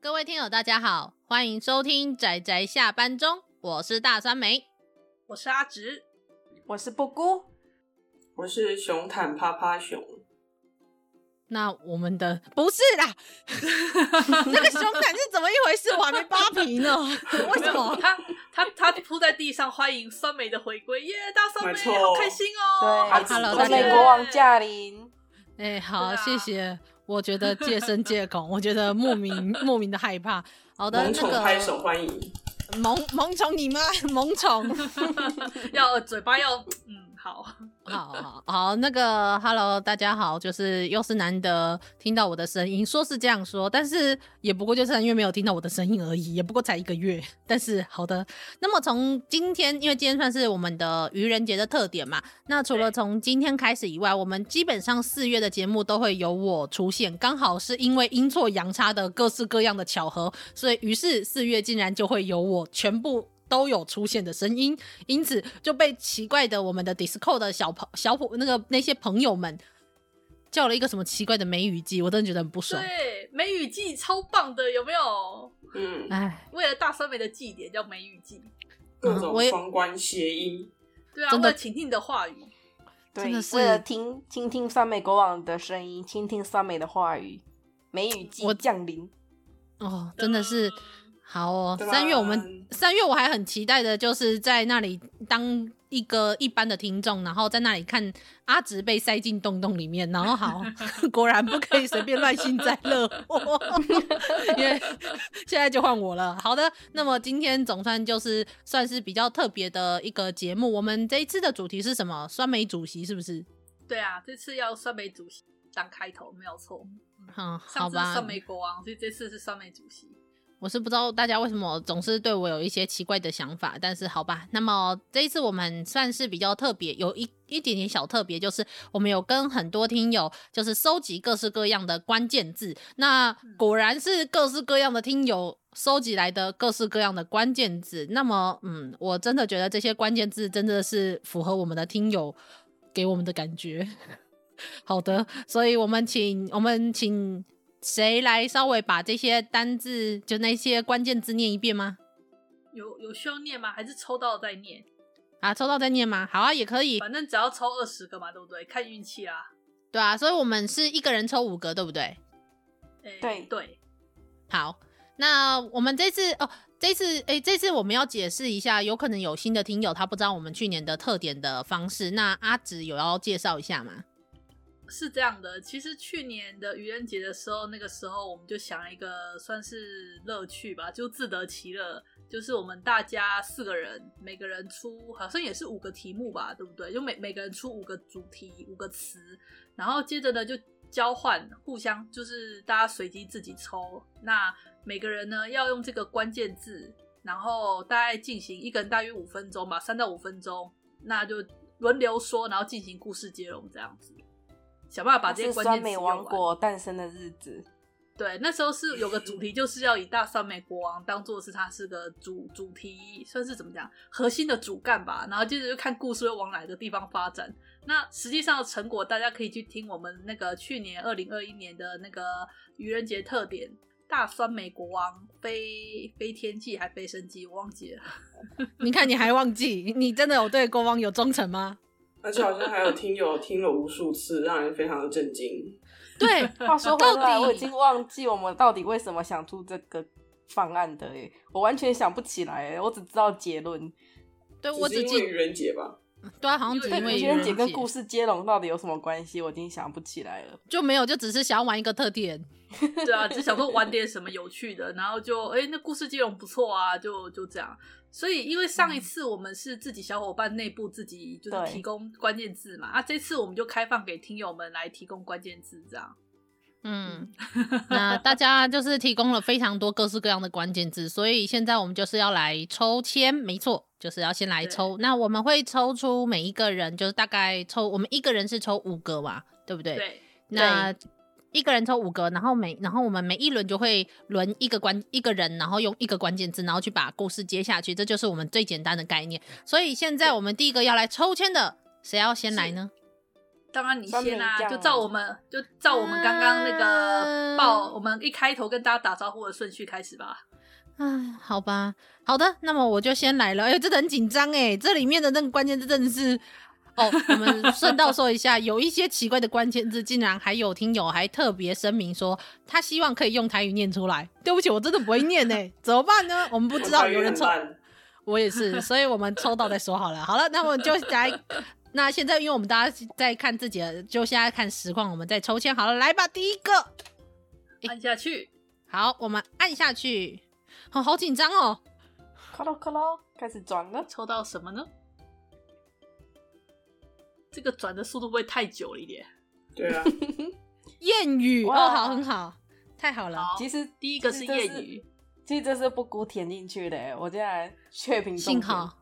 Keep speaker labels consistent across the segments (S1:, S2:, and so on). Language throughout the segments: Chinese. S1: 各位听友，大家好，欢迎收听宅宅下班中，我是大酸梅。
S2: 我是阿直，
S3: 我是布姑，
S4: 我是熊坦趴趴熊，
S1: 那我们的不是 啦，
S3: 那个熊胆是怎么一回事？我还没扒皮 呢，为什么？
S2: 他他他铺在地上，欢迎酸梅的回归，耶！大酸梅
S4: 没错
S2: 好开心哦。
S4: 阿
S3: 对
S4: 紫
S1: ，Hello，
S3: 我
S1: 大
S3: 美
S1: 家
S3: 国王驾临，
S1: 哎、好，
S2: 对啊
S1: 谢谢。我觉得借生借恐，我觉得莫名 莫名的害怕。好的，
S4: 萌
S1: 那
S4: 宠
S1: 个
S4: 拍手欢迎。
S1: 萌萌宠你妈，萌宠。
S2: 要呃嘴巴要嗯好，
S1: 好好好，那个 Hello，大家好，就是又是难得听到我的声音，说是这样说，但是也不过就是因为没有听到我的声音而已，也不过才一个月。但是好的，那么从今天，因为今天算是我们的愚人节的特点嘛，那除了
S2: 对
S1: 从今天开始以外，我们基本上四月的节目都会有我出现，刚好是因为阴错阳差的各式各样的巧合，所以于是四月竟然就会有我全部。都有出现的声音，因此就被奇怪的我们的 Discord 的小朋小朋那个那些朋友们叫了一个什么奇怪的梅雨季，我真的觉得很不爽。
S2: 对，梅雨季超棒的，有没有？
S4: 嗯，
S1: 哎，
S2: 为了大酸梅的祭典叫梅雨季，
S4: 各
S1: 嗯我也
S4: 种双关谐音，
S2: 对啊，
S1: 真
S2: 为
S1: 的
S2: 了倾听你的话语，
S3: 对
S1: 真的，是
S3: 为了听倾听酸美国王的声音，倾听酸美的话语，梅雨季
S1: 我
S3: 降临。
S1: 哦，真的是。
S2: 嗯
S1: 好哦，
S4: 对吧
S1: 三月我们三月我还很期待的，就是在那里当一个一般的听众，然后在那里看阿直被塞进洞洞里面，然后 好，果然不可以随便乱幸灾乐 祸，因为现在就换我了。好的，那么今天总算就是算是比较特别的一个节目，我们这一次的主题是什么？酸梅主席是不是？
S2: 对啊，这次要酸梅主席当开头，没有错。
S1: 嗯，好
S2: 上次是
S1: 吧
S2: 酸，梅国王，所以这次是酸梅主席。
S1: 我是不知道大家为什么总是对我有一些奇怪的想法，但是好吧，那么这一次我们算是比较特别，有一一点点小特别，就是我们有跟很多听友就是收集各式各样的关键字，那果然是各式各样的听友收集来的各式各样的关键字。那么，嗯，我真的觉得这些关键字真的是符合我们的听友给我们的感觉。 好的，所以我们请我们请谁来稍微把这些单字就那些关键字念一遍吗？
S2: 有有需要念吗？还是抽到再念？
S1: 啊，抽到再念吗？好啊，也可以。
S2: 反正只要抽二十个嘛，对不对？看运气啦。
S1: 对啊，所以我们是一个人抽五个，对不对？
S2: 哎
S3: 对
S2: 对，
S1: 好，那我们这次哦，这次诶，这次我们要解释一下，有可能有新的听友他不知道我们去年的特点的方式。那阿紫有要介绍一下吗？
S2: 是这样的，其实去年的愚人节的时候，那个时候我们就想了一个算是乐趣吧，就自得其乐，就是我们大家四个人，每个人出好像也是五个题目吧，对不对？就每每个人出五个主题、五个词，然后接着呢就交换，互相就是大家随机自己抽，那每个人呢要用这个关键字，然后大概进行一个人大约五分钟吧，三到五分钟，那就轮流说，然后进行故事接龙这样子。想办法把这些
S3: 是
S2: 关
S3: 哦酸
S2: 键词
S3: 美
S2: 用完
S3: 王国诞生的日 子，
S2: 对，那时候是有个主题，就是要以大三美国王当做是他是个主主题，算是怎么讲核心的主干吧。然后接着就看故事会往哪个地方发展。那实际上的成果，大家可以去听我们那个去年二零二一年的那个愚人节特点。大酸美国王飞飞天际还飞升机，我忘记了。
S1: 你看你还忘记，你真的有对国王有忠诚吗？
S4: 而且好像还有听友听了无数次，让人非常的震惊。
S1: 对，
S3: 话说回
S1: 到
S3: 来，
S1: 底
S3: 我已经忘记我们到底为什么想出这个方案的耶，我完全想不起来耶，我只知道结论。
S1: 对我
S4: 只是
S1: 只
S4: 因为
S1: 记
S4: 愚人节吧，
S1: 对啊，好像只
S2: 对
S3: 对，
S1: 因为
S3: 愚
S1: 愚
S3: 人
S1: 人
S3: 节
S1: 节
S3: 跟故事接龙到底有什么关系？我已经想不起来了。
S1: 就没有，就只是想要玩一个特点。
S2: 对啊，只想说玩点什么有趣的，然后就哎、诶那故事接龙不错啊，就就这样。所以，因为上一次我们是自己小伙伴内部自己就是
S3: 对
S2: 提供关键字嘛，啊，这次我们就开放给听友们来提供关键字，这样。
S1: 嗯， 那大家就是提供了非常多各式各样的关键字，所以现在我们就是要来抽签，没错，就是要先来抽。那我们会抽出每一个人，就是大概抽我们一个人是抽五个嘛，对不对？
S2: 对，
S1: 那一个人抽五个，然后每然后我们每一轮就会轮一个关一个人，然后用一个关键字，然后去把故事接下去，这就是我们最简单的概念。所以现在我们第一个要来抽签的，谁要先来呢？
S2: 当然你先
S3: 酸梅
S2: 啊，
S3: 酱
S2: 就照我们就照我们刚刚那个
S1: 嗯
S2: 报，我们一开头跟大家打招呼的顺序开始吧。
S1: 唉，好吧，好的，那么我就先来了。哎呦，真的很紧张哎，这里面的那个关键字真的是……哦，我们顺道说一下，有一些奇怪的关键字，竟然还有听友还特别声明说，他希望可以用台语念出来。对不起，我真的不会念哎，怎么办呢？我们不知道有人抽，我也是，所以我们抽到再说好了。好了，那我们就来。那现在，因为我们大家在看自己的，就现在看实况，我们再抽签好了。来吧，第一个，
S2: 按下去，
S1: 好，我们按下去。哦，好紧张哦。
S3: 咔咯咔咯，开始转了。
S2: 抽到什么呢？这个转的速度会不会太久了一点？
S4: 对啊，
S1: 谚语
S3: 哇
S1: 哦，好，很好，太好了。
S2: 好
S3: 其实
S2: 第一个是
S3: 其实这
S2: 谚语，
S3: 其实这是不孤填进去的，我竟然血瓶中
S1: 幸好，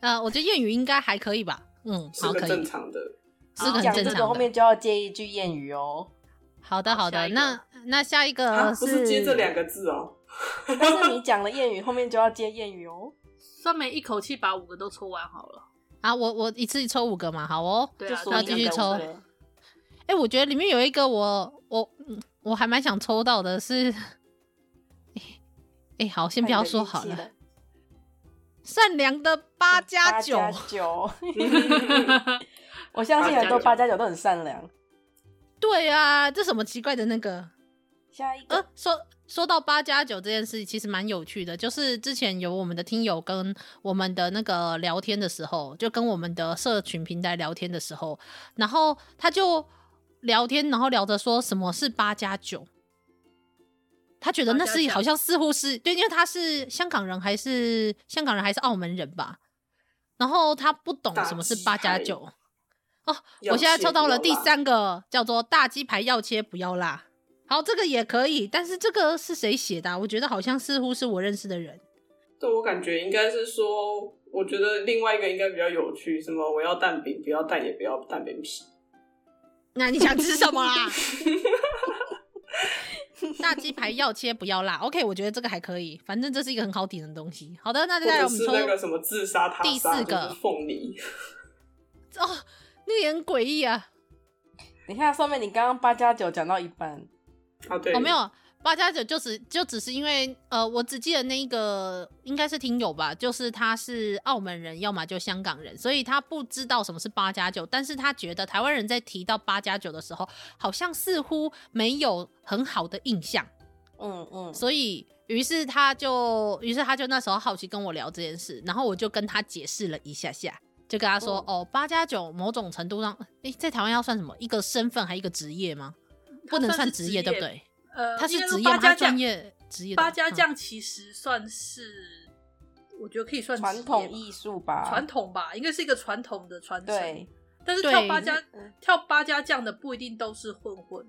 S1: 呃，我觉得谚语应该还可以吧。嗯，
S4: 是
S1: 好，
S4: 个
S1: 可
S4: 正
S1: 以，
S4: 常的。
S1: 是个很
S3: 讲
S1: 正
S3: 这个后
S1: 常的。
S3: 面就要接一句谚语哦。
S1: 好的，
S2: 好
S1: 好
S2: 下
S1: 的。
S2: 一个
S1: 那那下一
S4: 啊
S1: 个，
S4: 不是接这两个字 哦，
S3: 但是你讲了谚语，后面就要接谚语哦。
S2: 酸梅一口气把五个都抽完好了。
S1: 啊，我我一次抽五个嘛，好哦。
S2: 对
S3: 就
S2: 啊，
S3: 所
S1: 那
S3: 以
S1: 继续
S3: 你讲
S1: 抽
S3: 的
S1: 哎、我觉得里面有一个我我嗯我还蛮想抽到的是，哎、哎好，先不要说好
S3: 看你的
S1: 了。
S3: 力气
S1: 善良的八加
S3: 八
S1: 九，
S3: 加九，我相信很多八
S4: 八
S3: 加九都很善良。
S1: 对啊，这什么奇怪的那个？
S3: 下一
S1: 呃
S3: 个，，
S1: 说说到八加九这件事，其实蛮有趣的。就是之前有我们的听友跟我们的那个聊天的时候，就跟我们的社群平台聊天的时候，然后他就聊天，然后聊着说什么是八加九。他觉得那是
S2: 8+9
S1: 好像似乎是对，因为他是香港人还是香港人还是澳门人吧，然后他不懂
S4: 大
S1: 什么是
S4: 鸡
S1: 八加
S4: 排
S1: 九哦，
S4: 要
S1: 我现在
S4: 切
S1: 抽到
S4: 不
S1: 了
S4: 要
S1: 第
S4: 辣
S1: 三个，叫做大鸡排要切不要辣。好，这个也可以，但是这个是谁写的啊、我觉得好像似乎是我认识的人。
S4: 但我感觉应该是说，我觉得另外一个应该比较有趣，什么我要蛋饼，不要蛋也不要蛋饼皮，
S1: 那你想吃什么啦？ 大鸡排要切不要辣，OK，我觉得这个还可以，反正这是一个很好点的东西。好的，那
S4: 或
S1: 再来
S4: 者
S1: 我们
S4: 是
S1: 抽
S4: 那个什么自杀他
S1: 第
S4: 杀
S1: 四
S4: 就是
S1: 个
S4: 凤梨，
S1: 哦，那个也很诡异啊。
S3: 你看上面你刚刚八加九讲到一半，
S4: 啊对，
S1: 哦，没有，八加九就只就只是因为呃，我只记得那一个应该是听友吧，就是他是澳门人，要么就香港人，所以他不知道什么是八加九，但是他觉得台湾人在提到八加九的时候，好像似乎没有很好的印象。
S3: 嗯嗯，
S1: 所以于是他就，于是他就那时候好奇跟我聊这件事，然后我就跟他解释了一下下，就跟他说，哦，八加九某种程度上，诶，在台湾要算什么？一个身份还一个职业吗？不能
S2: 它算是
S1: 职
S2: 职
S1: 业，对不
S2: 业
S1: 对？
S2: 呃，
S1: 他是
S2: 应该说
S1: 职业
S2: 八
S1: 吗？他
S2: 家
S1: 是专
S2: 将，
S1: 业职业的
S2: 八家
S1: 嗯
S2: 将其实算是，我觉得可以算
S3: 传
S2: 职业
S3: 统
S2: 吧
S3: 艺术吧，
S2: 传统吧，应该是一个传统的传承
S3: 对。，
S2: 但是
S1: 对
S2: 跳八家
S3: 嗯
S2: 跳八家将的不一定都是混混，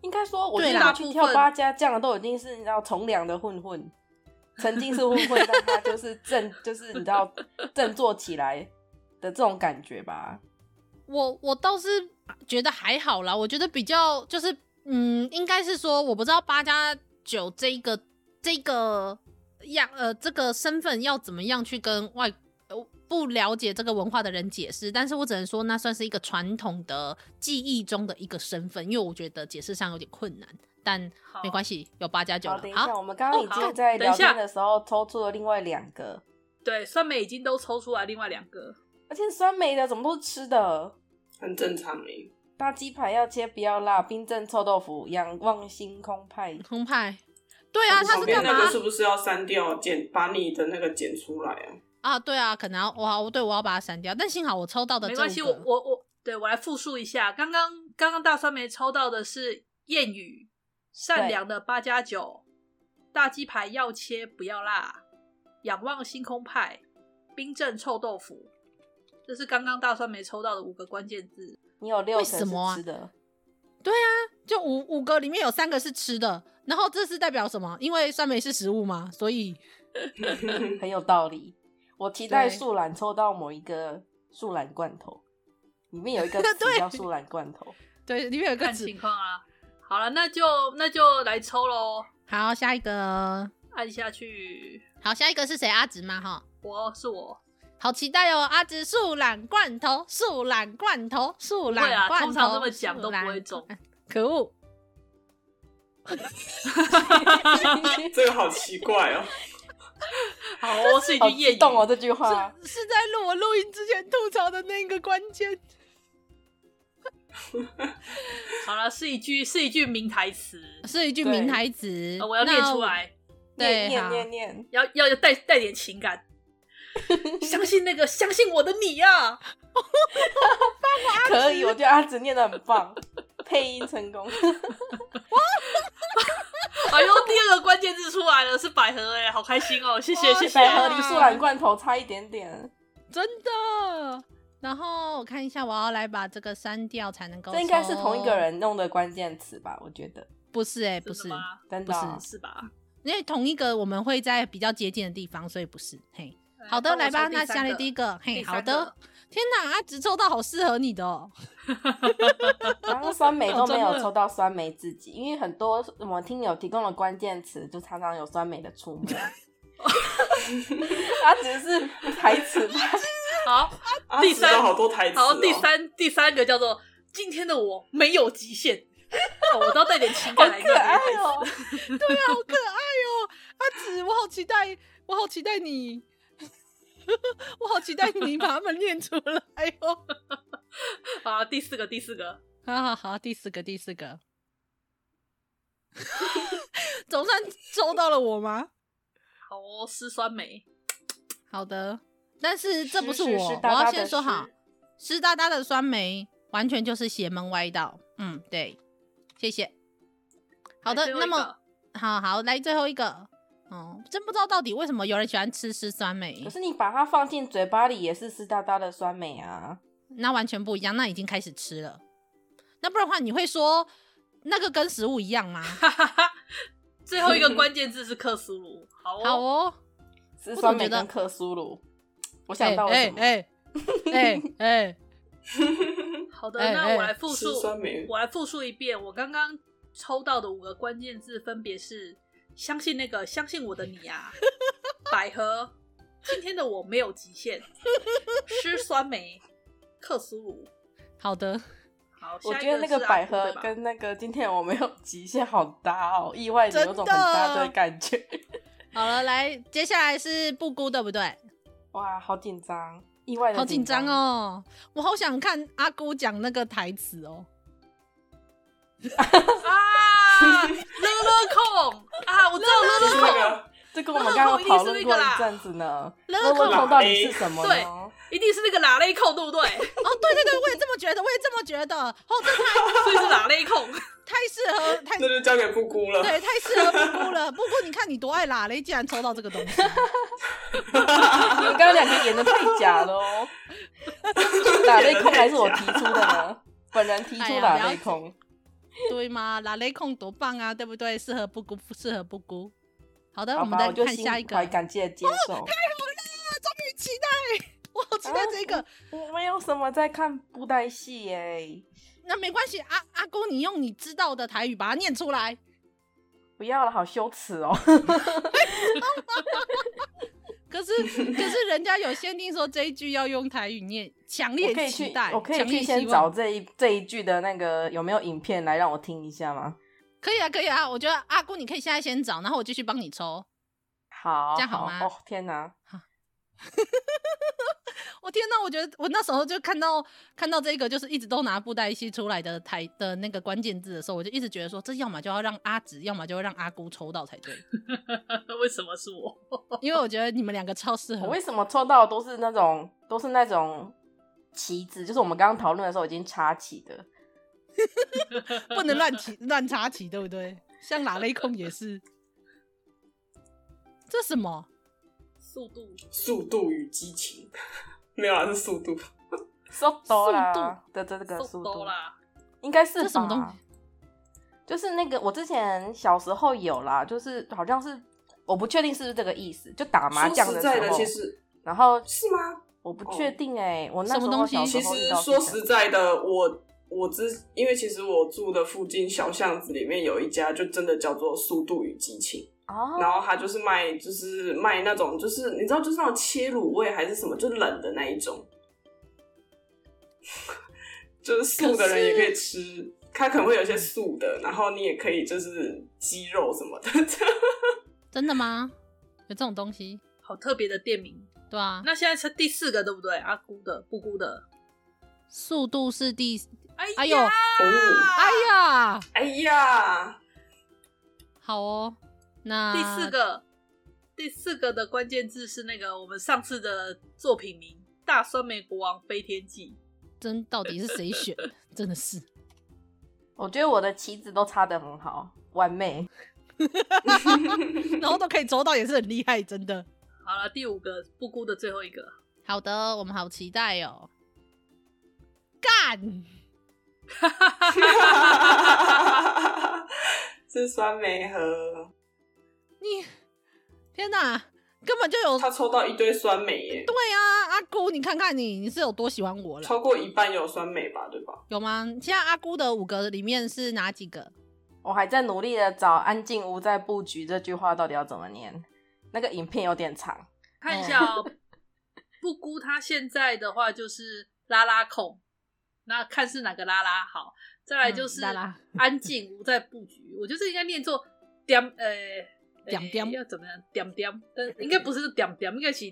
S3: 应该说我
S1: 对
S3: 知
S1: 啦
S3: 道去跳八家将的都已经是你知道从良的混混，曾经是混混，但他就是振，就是你知道振作起来的这种感觉吧。
S1: 我我倒是觉得还好啦，我觉得比较就是，嗯，应该是说，我不知道八加九这一个这一个样呃这个身份要怎么样去跟外呃不了解这个文化的人解释，但是我只能说那算是一个传统的记忆中的一个身份，因为我觉得解释上有点困难，但
S2: 好
S1: 没关系，有八加九
S3: 好，
S1: 了
S3: 等一，下，
S1: 好，
S3: 我们刚刚已
S2: 哦好
S3: 经在
S2: 等一
S3: 聊
S2: 下
S3: 天的时候抽出了另外两个，
S2: 对，酸梅已经都抽出来另外两个，
S3: 而且酸梅的怎么都是吃的，
S4: 很正常诶。
S3: 大鸡排要切不要辣，冰镇臭豆腐，仰望星空派。
S1: 红派，对啊，他
S4: 旁
S1: 是
S4: 边
S1: 干
S4: 那个
S1: 嘛
S4: 是不是要删掉剪，把你的那个剪出来啊？
S1: 啊？对啊，可能要哇，我对我要把它删掉，但幸好我抽到的
S2: 没
S1: 这
S2: 关系，
S1: 五
S2: 我
S1: 个
S2: 我我，对我来复述一下，刚刚刚刚大酸梅抽到的是谚语，善
S3: 对
S2: 良的八加九，大鸡排要切不要辣，仰望星空派，冰镇臭豆腐，这是刚刚大酸梅抽到的五个关键字。
S3: 你有六
S1: 为
S3: 个
S1: 什
S3: 是
S1: 么啊
S3: 吃的，
S1: 就五五个里面有三个是吃的，然后这是代表什么？因为酸梅是食物嘛，所以
S3: 很有道理。我期待
S1: 对
S3: 树懒抽到某一个树懒罐头，里面有一 个
S1: 对
S3: 词叫树懒 罐头。
S1: 对里面有一个
S2: 看
S1: 纸
S2: 情。况啊。好了，那就那就来抽喽，
S1: 好，下一个，
S2: 按下去。
S1: 好，下一个是谁？阿直吗？哈，
S2: 我是我，
S1: 好期待哦！阿紫树懒罐头，树懒罐头，树
S2: 不会
S1: 懒
S2: 啊，
S1: 罐头，
S2: 通常这么讲
S1: 树
S2: 都不
S1: 懒
S2: 会中。
S1: 可恶！
S4: 这个好奇怪哦。
S2: 好哦，是一句
S3: 好
S2: 谚
S3: 激
S2: 语
S3: 动哦，这句
S2: 啊
S3: 话。
S1: 是是在录我录音之前吐槽的那个关键。
S2: 好了，是一句是一句名台词，
S1: 是一句
S3: 对
S1: 名台词、
S2: 呃我要念
S1: 那
S2: 出。来，
S1: 对
S3: 念念
S1: 好
S3: 念念，
S2: 要要带带点情感。 相信那个相信我的你啊！
S3: 可以，我觉得阿紫念的很棒，配音成 功。
S2: 哎呦，第二个关键字出来了，是百合哎、好开心哦！谢谢
S1: 哇
S2: 谢谢。
S3: 百合离树懒罐头差一点点，
S1: 真的。然后我看一下，我要来把这个删掉才能够。
S3: 这应该是同一个，人弄的关键词吧？我觉得
S1: 不是哎、
S2: 真
S1: 不
S2: 的
S1: 是，
S2: 吗？
S3: 真的哦
S1: 不
S2: 是吧？
S1: 因为同一个我们会在比较接近的地方，所以不是。嘿，好的，
S2: 啊帮我
S1: 来吧，
S2: 抽第
S1: 那
S2: 三
S1: 下列
S2: 个
S1: 第一个，嘿，
S2: 第
S1: 好
S2: 三
S1: 的
S2: 个。
S1: 天哪，阿直抽到好适合你的 哦。
S3: 然后酸 梅都没
S1: 真
S3: 有
S1: 的
S3: 抽到酸梅自己，因为很多我们听友提供的关键词，就常常有酸梅的出 没。他只是台词吧，
S2: 好，
S4: 啊
S2: 第
S4: 知道
S2: 三
S4: 好多台词、
S2: 好，
S4: 哦，
S2: 第三第三个叫做今天的我没有极限，哦、我都要带点情
S3: 好
S2: 感来念
S3: 可爱
S2: 这个台词。
S3: 哦、
S1: 对啊，好可爱哦，阿紫，我好期待，我好期待你， 我好期待你把它们念出来哦。
S2: 好，第四个第四个，
S1: 好好好，第四个，第四个， 总算抽到了我吗？
S2: 好哦，湿酸梅，
S1: 好的，但是这不
S3: 湿
S1: 我，
S3: 是湿哒
S1: 我要
S3: 哒
S1: 先
S3: 的
S1: 说好
S3: 湿，
S1: 湿哒哒的酸梅完全就是邪门歪道。嗯，对，谢谢。好
S2: 来
S1: 的
S2: 最，后
S1: 那
S2: 一
S1: 么
S2: 个
S1: 好好来最后一个。哦，真不知道到底为什么有人喜欢吃湿酸梅。
S3: 可是你把它放进嘴巴里也是湿哒哒的酸梅啊，
S1: 那完全不一样，那已经开始吃了。那不然的话，你会说那个跟食物一样吗？
S2: 哈哈哈，最后一个关键字是克苏鲁。好哦，
S1: 好哦，
S3: 是
S1: 我总
S3: 酸
S1: 觉
S3: 梅
S1: 得
S3: 跟克苏鲁。我想到了什么？
S1: 哎哎哎哎，
S2: 好的，
S1: 哎
S2: 那
S1: 哎
S2: 我来复
S4: 吃
S2: 述，
S4: 酸梅
S2: 我来复述一遍，我刚刚抽到的五个关键字分别是：相信那个相信我的你啊， 百合，今天的我没有极限，吃酸梅，克苏鲁。
S1: 好的，
S2: 好，
S3: 我
S2: 下一
S3: 觉得那
S2: 是
S3: 个
S2: 阿
S3: 百
S2: 布对
S3: 合
S2: 吧
S3: 跟那个今天我没有极限好搭哦，意外的有种
S1: 真
S3: 很
S1: 的
S3: 搭的感觉。
S1: 好了，来，接下来是布姑，对不对？
S3: 哇，好紧张，意外的
S1: 好紧
S3: 张
S1: 张！哦，我好想看阿姑讲那个台词哦。
S2: 啊，乐乐控啊，我知道乐
S4: 就
S2: 乐
S4: 是
S2: 控
S4: 那个
S3: 这跟我们 刚刚有讨论过一阵子呢，乐乐控到底是什么
S2: 对
S3: 呢？
S2: 一定是那个哪类控，对不对？
S1: 哦，对对对，我也这么觉得，我也这么觉得。哦，这太
S2: 所以是哪类控？
S1: 太适合， 太
S4: 那就交给布姑了。
S1: 对，太适合布姑了。布姑，你看你多爱拉雷，竟然抽到这个东西。
S3: 你们刚刚两个演的太假了 哦，打内控还是我提出的呢？本人
S1: 哎
S3: 提出打内控，
S1: 对嘛，拉雷控多棒啊，对不对？适合布姑，不适合布姑。好的，
S3: 好
S1: 我们
S3: 吧，
S1: 再
S3: 我就
S1: 看
S3: 心
S1: 下一个。哦
S3: 怀感激的接受。
S1: 终于期待，我好期待这个。
S3: 我没有什么在看布袋戏耶，
S1: 那没关系，阿阿公，你用你知道的台语把它念出来。
S3: 不要了，好羞耻哦。
S1: 可 是可是人家有限定说这一句要用台语念，强
S3: 我
S1: 烈
S3: 可以
S1: 期
S3: 去
S1: 待，，
S3: 我可以
S1: 强烈
S3: 去
S1: 希
S3: 先
S1: 望
S3: 找这一这一句的那个有没有影片来让我听一下吗？
S1: 可以啊，可以啊，我觉得阿公你可以现在先找，然后我继续帮你抽。
S3: 好，
S1: 这样好吗
S3: 哦，天哪！
S1: 我天呐，我觉得我那时候就看到看到这个，就是一直都拿布袋戏出来的台的那个关键字的时候，我就一直觉得说，这要么就要让阿紫，要么就要让阿姑抽到才对，
S2: 为什么是我？
S1: 因为我觉得你们两个超适
S3: 我
S1: 合
S3: 为。什么抽到的都是那种都是那种棋子，就是我们刚刚讨论的时候已经插旗的，
S1: 不能乱起乱插旗，对不对？像拉雷控也是。这什么？
S2: 速度
S4: 速度与激情， 没有啦，是速度。
S3: 速度
S1: 速
S3: 啦的这个
S2: 速
S3: 速
S2: 度
S3: 度，
S2: 啦，
S3: 应该是
S1: 这什么
S3: 吧
S1: 东西？
S3: 就是那个我之前小时候有啦，就是好像是我不确定是不是这个意思，就打麻将
S4: 说实
S3: 时
S4: 在的，
S3: 候，
S4: 其实
S3: 然后
S4: 是吗？哦
S3: 我不确定哎、我那
S1: 什
S3: 时
S1: 么
S3: 候
S1: 东西
S3: 小时
S4: 其
S3: 候遇
S4: 实
S3: 到
S4: 说
S3: 是这
S4: 实
S3: 样
S4: 在的，我我之因为其实我住的附近小巷子里面有一家，就真的叫做速度与激情。
S3: 哦，
S4: 然后他就是卖，就是卖那种，就是你知道，就是那种切卤味还是什么，就冷的那一种， 就是素的人也可以吃，他可能会有一些素的，然后你也可以就是鸡肉什么的，
S1: 真的吗？有这种东西？
S2: 好特别的店名。
S1: 对啊，
S2: 那现在是第四个对不对？阿姑的布姑的，
S1: 速度是第，
S2: 哎
S1: 哎呦
S2: 呀，啊
S4: 哦
S1: 哎呀，
S4: 哎呀，
S1: 好哦，那
S2: 第四个，第四个的关键字是那个我们上次的作品名《大酸梅国王飞天记
S1: 真到底是谁选 的？真的是
S3: 我觉得我的棋子都插的很好，完美。
S1: 然后都可以抽到，也是很厉害，真的。》。
S2: 好了，第五个布姑的最后一个，
S1: 好的，我们好期待哦。干，
S4: 是酸梅喝，
S1: 天哪，根本就有
S4: 他抽到一堆酸梅耶，
S1: 对啊，阿姑，你看看你，你是有多喜欢我了？
S4: 超过一半有酸梅吧，对吧？
S1: 有吗？现在阿姑的五个里面是哪几个？
S3: 我还在努力的找“安静无在布局”这句话到底要怎么念。那个影片有点长，
S2: 看一下哦。布姑她现在的话就是拉拉控，那看是哪个拉拉好。再来就是
S1: 嗯拉拉
S2: 安静无在布局，我就是应该念作点呃
S1: 点点
S2: 呃要怎么样点点，但应该不是点点，应该是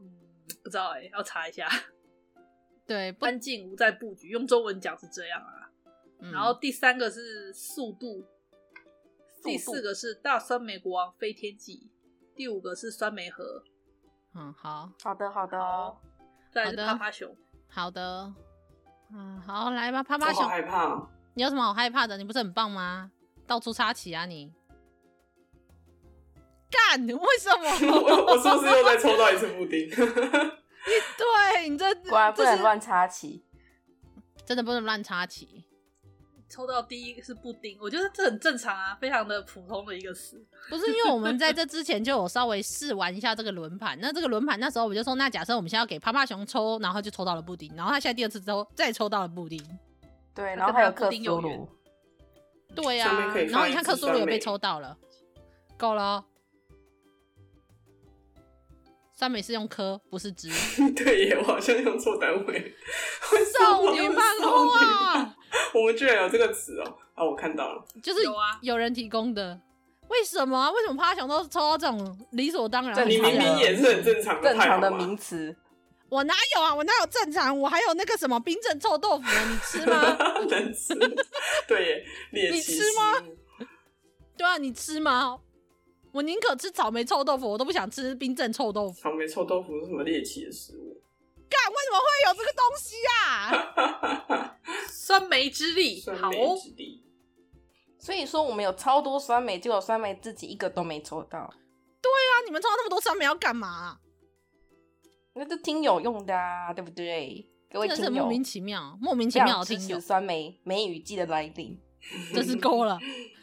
S2: 嗯不知道哎、要查一下。
S1: 对，不，
S2: 安静无在布局，用中文讲是这样啊。
S1: 嗯
S2: 然后第三个是速度，
S3: 度
S2: 第四个是大酸梅国王飞天记，第五个是酸梅河，
S1: 嗯，好
S3: 好的好的哦，
S2: 再来
S1: 好
S2: 是
S1: 的
S2: 趴趴熊。
S1: 好的，嗯，好，来吧，趴
S4: 我
S1: 趴
S4: 好
S1: 熊，
S4: 害怕哦，
S1: 你有什么好害怕的？你不是很棒吗？到处插旗啊你！干，为什
S4: 我
S1: 么？
S4: 我是不是又再抽到一次布 丁？
S1: 对你 这
S3: 果然不
S1: 这
S3: 能
S1: 是
S3: 乱插旗。
S1: 真的不能乱插旗。
S2: 抽到第一个是布丁，我觉得这很正常啊，非常的普通的一个词。
S1: 不是因为我们在这之前就有稍微试玩一下这个轮盘，那这个轮盘那时候我就说，那假设我们现在要给趴趴熊抽，然后就抽到了布丁，然后他现在第二次抽再抽到了布丁，
S3: 对，
S2: 跟
S3: 然后还有
S2: 他的布
S3: 克
S2: 丁有
S3: 苏
S2: 缘
S3: 鲁，
S1: 对呀、
S4: 上面可以放
S1: 然后你看
S4: 一只
S1: 克苏鲁也
S4: 酸梅
S1: 被抽到了，够了哦。酸梅是用科，不是值。
S4: 对耶，我好像用错单 位，
S1: 少年啊漫
S4: 少
S1: 画
S4: 年，我们居然有这个词哦！啊，我看到了，
S1: 就是
S2: 有啊
S1: 有人提供的。为什么啊？为什么趴熊都抽到这种理所当然的
S3: 正
S1: 牌啊？
S4: 你
S3: 常的
S4: 明明也是很正常的
S3: 正
S4: 派，
S3: 常的
S4: 好吗
S3: 名词。
S1: 我哪有啊？我哪有正常？我还有那个什么冰镇臭豆腐啊，你吃吗？
S4: 能吃，对耶，猎
S1: 你
S4: 奇
S1: 吃
S4: 食
S1: 吗
S4: 物？
S1: 对啊，你吃吗？我宁可吃草莓臭豆腐，我都不想吃冰镇臭豆腐。
S4: 草莓臭豆腐是什么猎奇的食物？
S1: 干，为什么会有这个东西啊？
S2: 酸梅之力，
S4: 酸
S2: 好
S4: 梅
S2: 哦，
S4: 之地，
S3: 所以说我们有超多酸梅，结果酸梅自己一个都没抽到，
S1: 对啊，你们抽到那么多酸梅要干嘛啊、
S3: 那就听友用的啊，对不对？各位
S1: 真的
S3: 听
S1: 是
S3: 友
S1: 莫，名其妙，莫名其
S3: 非
S1: 妙
S3: 常
S1: 的
S3: 支
S1: 听
S3: 持
S1: 友，
S3: 酸梅梅雨季的来临。
S1: 真是够了。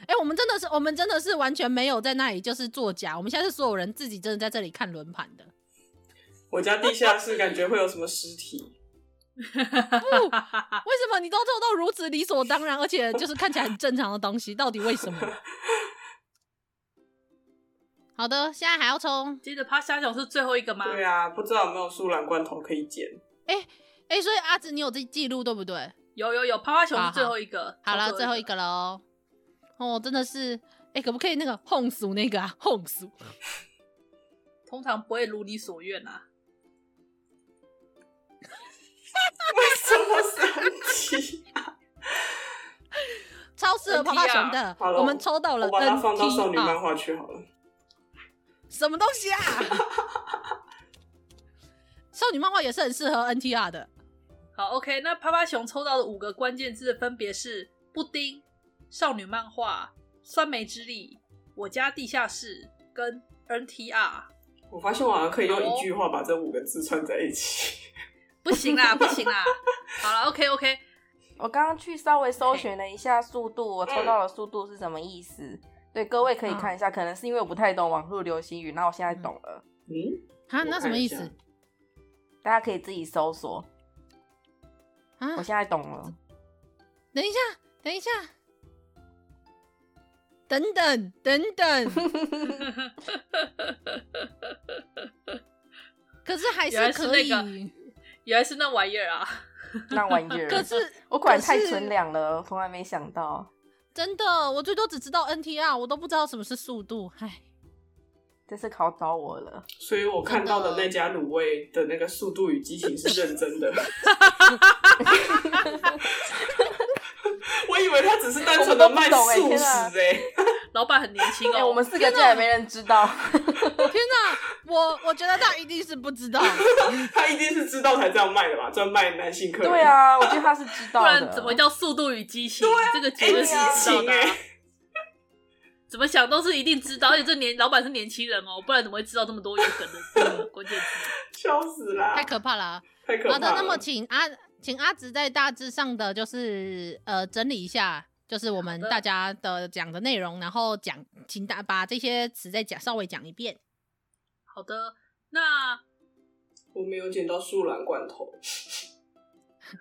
S1: 哎、我们真的是，我们真的是完全没有在那里就是作假，我们现在是所有人自己真的在这里看轮盘的。哦
S4: 我家地下室感觉会有什么尸体？
S1: 为什么你都做到如此理所当然，而且就是看起来很正常的东西？到底为什么？ 好的，现在还要抽。
S2: 接着趴虾熊是最后一个吗？
S4: 对啊，不知道有没有树懒罐头可以捡？
S1: 哎、所以阿紫，你有这记录对不对？
S2: 有有有，趴趴熊是最后一个。
S1: 好了，
S2: 抽
S1: 最后一个喽。哦，真的是，哎、可不可以那个哄俗那个啊？哄俗，
S2: 通常不会如你所愿啊。
S4: 为什 么生气？
S1: 超适合趴趴熊
S2: NTR
S1: 的。
S4: 好了
S1: 我们抽到了
S4: 啊
S1: 啊
S4: 我把它放到少女
S1: NTR
S4: 漫画去好了。
S1: 什么东西 啊？少女漫画也是很适合 NTR 的。
S2: 好，OK，那趴趴熊抽到的五个关键字分别是布丁、少女漫画、酸梅之力、我家地下室跟 NTR。
S4: 我发现我好像可以用一句话把这五个字串在一起。
S2: 不行啦，不行啦。好了，OK OK，
S3: 我刚刚去稍微搜寻了一下速度，我抽到了速度是什么意思。对，各位可以看一下，可能是因为我不太懂网络流行语，那我现在懂了，
S4: 嗯，
S1: 啊，
S4: 我
S1: 那什么
S4: 看一
S1: 意
S4: 下
S1: 思
S3: 大家可以自己搜索。
S1: 啊
S3: 我？现在懂了，
S1: 等一下，等一下，等等等 等，可是还
S2: 原来是
S1: 可以。
S2: 那个原来是那玩意儿啊！
S3: 那玩意儿。
S1: 可是
S3: 我果然
S1: 可
S3: 太
S1: 是
S3: 纯良了，从来没想到，
S1: 真的，我最多只知道 NTR，我都不知道什么是速度。唉，
S3: 这次考倒我了。
S4: 所以我看到的那家卤味的那个速度与激情是认 真的。我以为他只是单纯的卖
S3: 我们都不懂欸
S4: 素
S3: 天
S4: 食
S3: 啊
S4: 哎、
S2: 老板很年轻
S3: 哎、
S2: 哦，
S3: 我们四个竟然没人知道，
S1: 天哪，我我觉得他一定是不知道。
S4: 他一定是知道才这样卖的嘛，专卖男性客人。
S3: 对，啊，我觉得他是知道
S2: 不
S3: 的。
S2: 然怎么叫《速度与激情》这个结
S4: 哎、
S2: 论是
S4: 激
S2: 知道
S4: 情
S2: 的
S4: 哎、
S2: 啊、怎么想都是一定知道，而且这年老板是年轻人哦，不然怎么会知道这么多有 梗的这
S1: 嗯
S2: 个关键词？
S4: 笑死啦！
S1: 太可怕了啊。
S4: 太可怕
S1: 好
S4: 了。
S1: 的，那么请阿请阿直在大致上的就是呃整理一下，就是我们
S2: 好的
S1: 大家的讲的内容，然后讲，请大把这些词再讲稍微讲一遍。
S2: 好的，那
S4: 我没有捡到树懒罐头，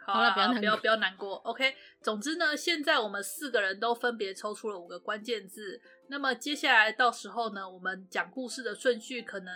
S2: 好
S1: 好了
S2: 啦啊
S1: 不要难过
S2: 不要不要难过。OK，总之呢，现在我们四个人都分别抽出了五个关键字。那么接下来到时候呢，我们讲故事的顺序可能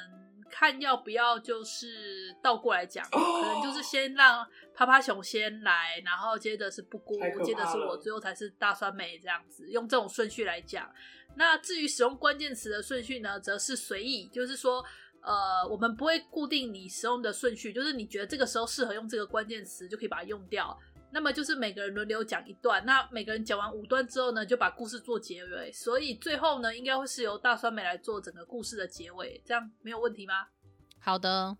S2: 看要不要就是倒过来讲，
S4: 哦
S2: 可能就是先让趴趴熊先来，然后接着是布谷
S4: 太可怕，了
S2: 接着是我，最后才是大酸梅这样子，用这种顺序来讲。那至于使用关键词的顺序呢，则是随意，就是说，呃，我们不会固定你使用的顺序，就是你觉得这个时候适合用这个关键词，就可以把它用掉。那么就是每个人轮流讲一段，那每个人讲完五段之后呢，就把故事做结尾。所以最后呢，应该会是由大酸梅来做整个故事的结尾，这样没有问题吗？
S1: 好的，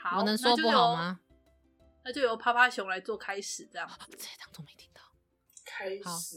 S2: 好，
S1: 我能说不好 吗？
S2: 那就由？那就由趴趴熊来做开始，这样。
S1: 这当中没听到。
S4: 开
S1: 好
S4: 始